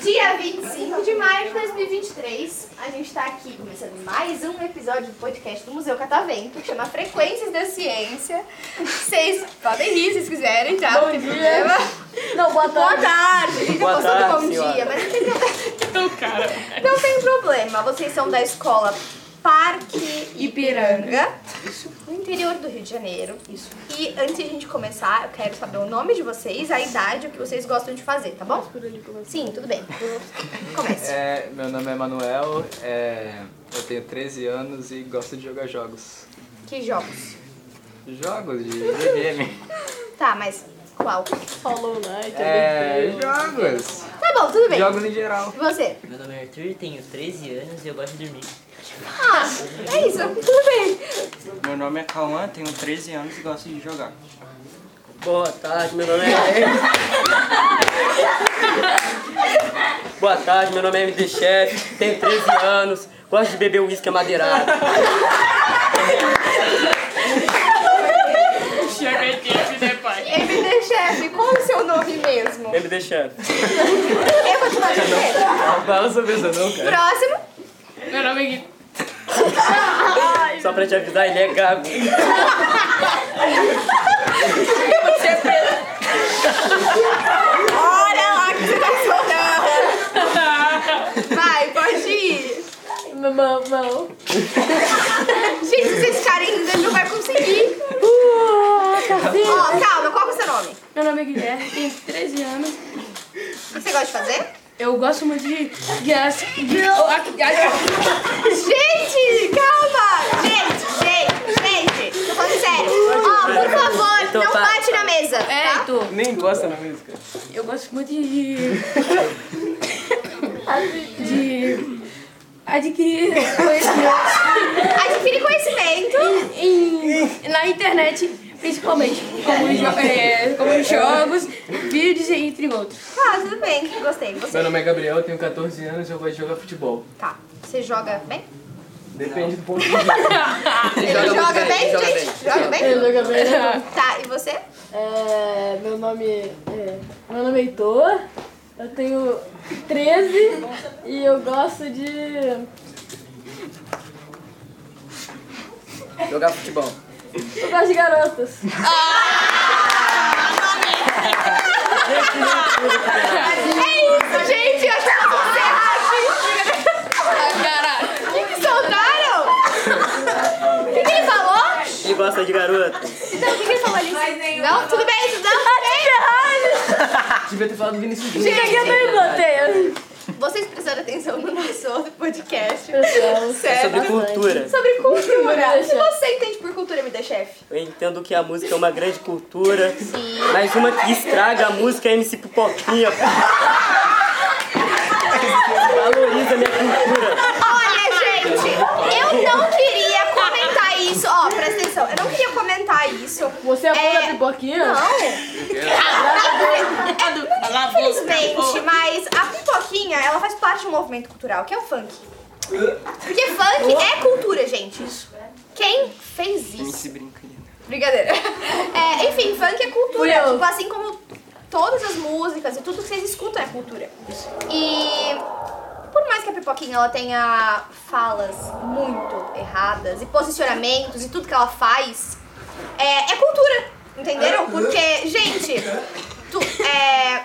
Dia 25 de maio de 2023, a gente tá aqui começando mais um episódio do podcast do Museu Catavento, que chama Frequências da Ciência. Vocês podem rir se vocês quiserem, tá? Bom dia! Não, boa Boa tarde! A gente tá Boa postando tarde, bom senhora. dia, mas não tem problema. Não tem problema, vocês são da escola Parque Ipiranga, no interior do Rio de Janeiro. Isso. E antes de a gente começar, eu quero saber o nome de vocês, a idade, o que vocês gostam de fazer, tá bom? Sim, tudo bem. Comece. É, meu nome é Manuel, é, eu tenho 13 anos e gosto de jogar jogos. Que jogos? Jogos de videogame. Tá, mas qual? Hollow Knight, É, Undertale. jogos. Tá bom, tudo bem. Jogos em geral. E você? Meu nome é Arthur, tenho 13 anos e eu gosto de dormir. Ah, é isso, tudo bem. Meu nome é Cauã, tenho 13 anos e gosto de jogar. Boa tarde, meu nome é. Boa tarde, meu nome é MD Chef, tenho 13 anos, gosto de beber uísque amadeirado. MD Chef, qual é o seu nome mesmo? MD Chef. Eu vou te dar de Não fala sobre isso não, cara. Próximo. Meu nome é Gui. Só pra te avisar, ele é Gabi. Olha lá que tá você tá chorando. Vai, pode ir. Mamão. Gente, se vocês ficarem rindo, ele não vai conseguir. Ó, calma, qual que é o seu nome? Meu nome é Guilherme, tenho 13 anos. O que você gosta de fazer? Eu gosto muito de. de as- de- oh, a- a- Gente, calma! Gente, gente, gente. Tô falando sério. Ó, por favor, Então não tá. bate na mesa. a- É, Tá? Heitor, Nem gosta na música. eu gosto muito de. de. adquirir conhecimento Adquire conhecimento. em- na internet, principalmente. Como, jo- é, como jogos, vídeos, entre outros. Ah, tudo bem, gostei. Você Meu nome é Gabriel, tenho 14 anos e eu gosto de jogar futebol. tá. Você joga bem? Depende do ponto de vista. Ele joga, bem, joga gente? É, Joga bem? Eu jogo bem. Tá, e você? É, meu nome é. Meu nome é Heitor. Eu tenho 13 e eu gosto de. Jogar futebol. Eu gosto de garotas. É isso, gente! Eu acho que você é racista! Caraca! O que que soltaram? O que, que ele falou? Ele gosta de garoto. Então, o que, que ele falou ali? Não, tudo bem, tudo não, tudo bem. Devia ter falado do Vinícius Júnior. Chega aqui, é eu também botei. Vocês prestaram atenção no nosso outro podcast. Pessoal, Sério? Sobre cultura. Sobre cultura. Me Se deixa. você entende por cultura, me dê chefe. Eu entendo que a música é uma grande cultura, mas uma que estraga a música é MC Pipoquinha. Valoriza a minha cultura. Olha, gente, eu não queria comentar isso. Ó, presta atenção. Eu não queria comentar isso. Você é É. a bola da pipoquinha? É Não. Infelizmente, mas a pipoquinha, ela faz parte de um movimento cultural, que é o funk. Porque funk é cultura, gente. Quem fez isso? Se brincadeira. Brincadeira. É, enfim, funk é Fui cultura. eu. Tipo, assim como todas as músicas e tudo que vocês escutam é cultura. E por mais que a pipoquinha ela tenha falas muito erradas e posicionamentos e tudo que ela faz, é, é cultura. Entenderam? Porque, gente, tu, é,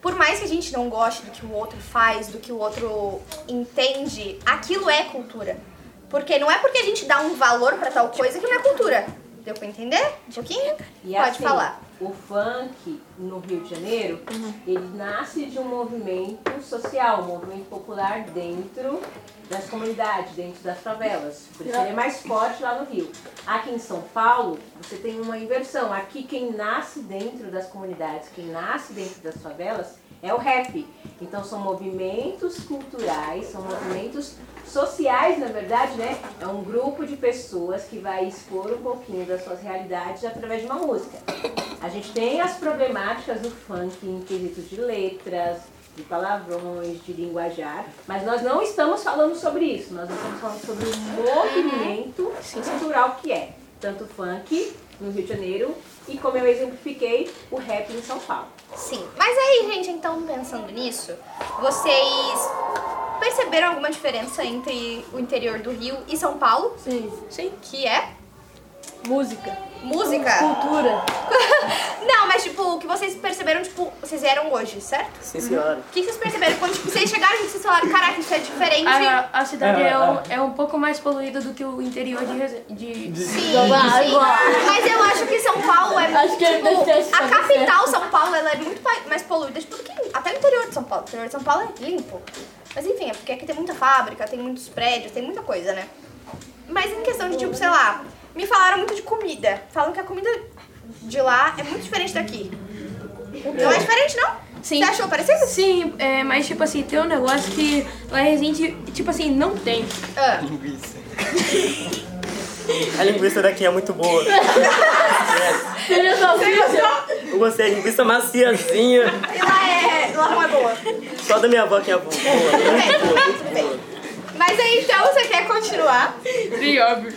por mais que a gente não goste do que o outro faz, do que o outro entende, aquilo é cultura. Porque não é porque a gente dá um valor pra tal coisa que não é cultura. Deu pra entender? Um pouquinho? E Pode assim, falar. O funk no Rio de Janeiro, ele nasce de um movimento social, um movimento popular dentro das comunidades, dentro das favelas. Por isso ele é mais forte lá no Rio. Aqui em São Paulo, você tem uma inversão. Aqui quem nasce dentro das comunidades, quem nasce dentro das favelas, é o rap. Então são movimentos culturais, são movimentos sociais, na verdade, né? É um grupo de pessoas que vai expor um pouquinho das suas realidades através de uma música. A gente tem as problemáticas do funk em quesitos de letras, de palavrões, de linguajar, mas nós não estamos falando sobre isso, nós estamos falando sobre o movimento cultural que é, tanto funk no Rio de Janeiro e, como eu exemplifiquei, o rap em São Paulo. Sim. Mas aí, gente, então pensando nisso, vocês perceberam alguma diferença entre o interior do Rio e São Paulo? Sim. Sim. Que é Música. música. Cultura. Não, mas tipo, o que vocês perceberam, tipo, vocês vieram hoje, certo? Sim, senhora. O que vocês perceberam quando tipo, vocês chegaram e vocês falaram, caraca, isso é diferente? A, a cidade é, um, é um pouco mais poluída do que o interior de, Reze- de, Sim, sim. Mas eu acho que São Paulo é Acho que ele tipo, deve ter achado a capital São Paulo ela é muito pa- mais poluída, tipo, do que até o interior de São Paulo. O interior de São Paulo é limpo. Mas enfim, é porque aqui tem muita fábrica, tem muitos prédios, tem muita coisa, né? Mas em questão de tipo, sei lá, me falaram muito de comida. Falam que a comida de lá é muito diferente daqui. Então Não é diferente, não? Sim. Você achou parecido? Sim, é, mas tipo assim, tem um negócio que lá em Resende, tipo assim, não tem. Ah, A linguiça daqui é muito boa. Seria salsicha. Eu gostei, a é linguiça maciazinha. e lá é. Lá não é boa. Só da minha avó que é boa. Tudo bem, tudo bem. Mas aí então você quer continuar? Sim, óbvio.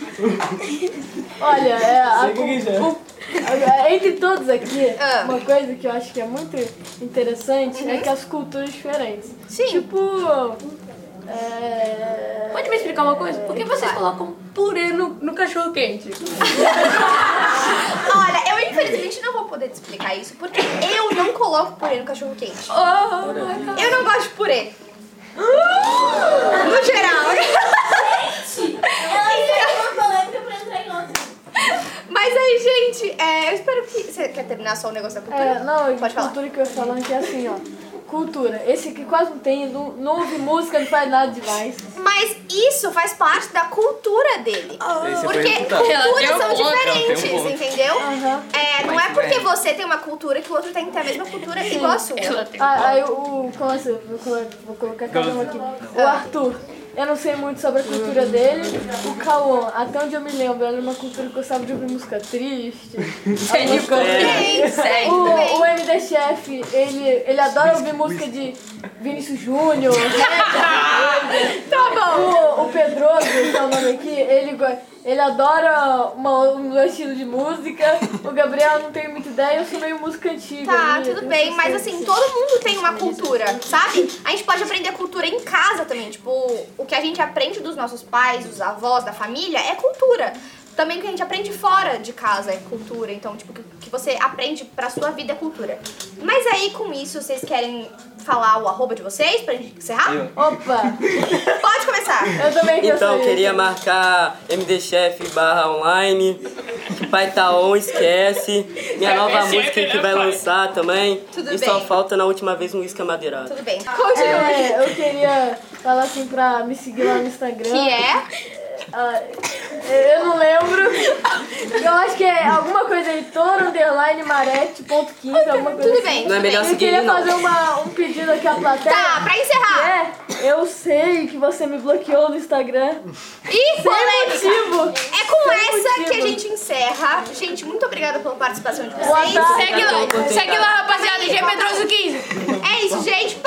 Olha, é a, o- agora, entre todos aqui, Ah. Uhum. uma coisa que eu acho que é muito interessante é que as culturas diferentes. Sim. Tipo. É... Pode me explicar uma coisa? Por que vocês colocam purê no, no cachorro quente? Olha, eu infelizmente não vou poder te explicar isso, porque eu não coloco purê no cachorro quente. Oh, Eu não gosto de purê. No geral. Então- Mas aí, gente, é, eu espero que. Você quer terminar só o negócio da cultura? É, não, Uhum. Pode a falar. cultura que eu ia falando que é assim, ó. Cultura. Esse aqui quase não tem, não, não ouve música, não faz nada demais. Mas isso faz parte da cultura dele. Esse foi Porque resultado. culturas Ah. Ela são tem um ponto, ela tem um diferentes, ponto. entendeu? É, não é Mas, porque né? você tem uma cultura que o outro tem que ter a mesma cultura igual a sua. Ah, aí o. o- Como assim? Vou, colo- vou colocar cada um aqui. O Ah. Arthur. Eu não sei muito sobre a cultura dele. O Cauã, até onde eu me lembro, era uma cultura que gostava de ouvir música triste. Sede Tem, Sede O, também. o MD Chef, ele, ele adora ouvir música de Vinícius Júnior. tá bom. O, o Pedroso, que é o nome aqui, ele, go- ele adora uma, um outro estilo de música. O Gabriel não tem muita ideia, eu sou meio música antiga. Tá, né? tudo bem, mas assim, todo mundo tem uma cultura, sabe? A gente pode aprender cultura em casa também. Tipo, o que a gente aprende dos nossos pais, dos avós, da família, é cultura. Também o que a gente aprende fora de casa é cultura. Então, tipo, o que- que você aprende pra sua vida é cultura. Mas aí, com isso, vocês querem falar o arroba de vocês pra gente encerrar? Eu. Opa, Pode começar! eu também quero Então, saber. queria marcar MDChef barra online, que Pai Taon esquece, minha nova música que vai lançar também, Tudo e só bem. falta na última vez um isca madeirado. Tudo bem. É, eu queria falar assim pra me seguir lá no Instagram. Que é. Ah, eu não lembro. Eu acho que é alguma coisa editora, underline, marete.15, alguma coisa Tudo assim. bem, Não é tudo melhor bem. Eu seguir queria ele, não. fazer uma, um pedido aqui à plateia. Tá, pra encerrar. É, eu sei que você me bloqueou no Instagram. E polêmica! Motivo. É com essa motivo. que a gente encerra. Gente, muito obrigada pela participação de Boa vocês. tarde. Segue lá, segue lá, rapaziada. G Pedroso 15. É isso, gente.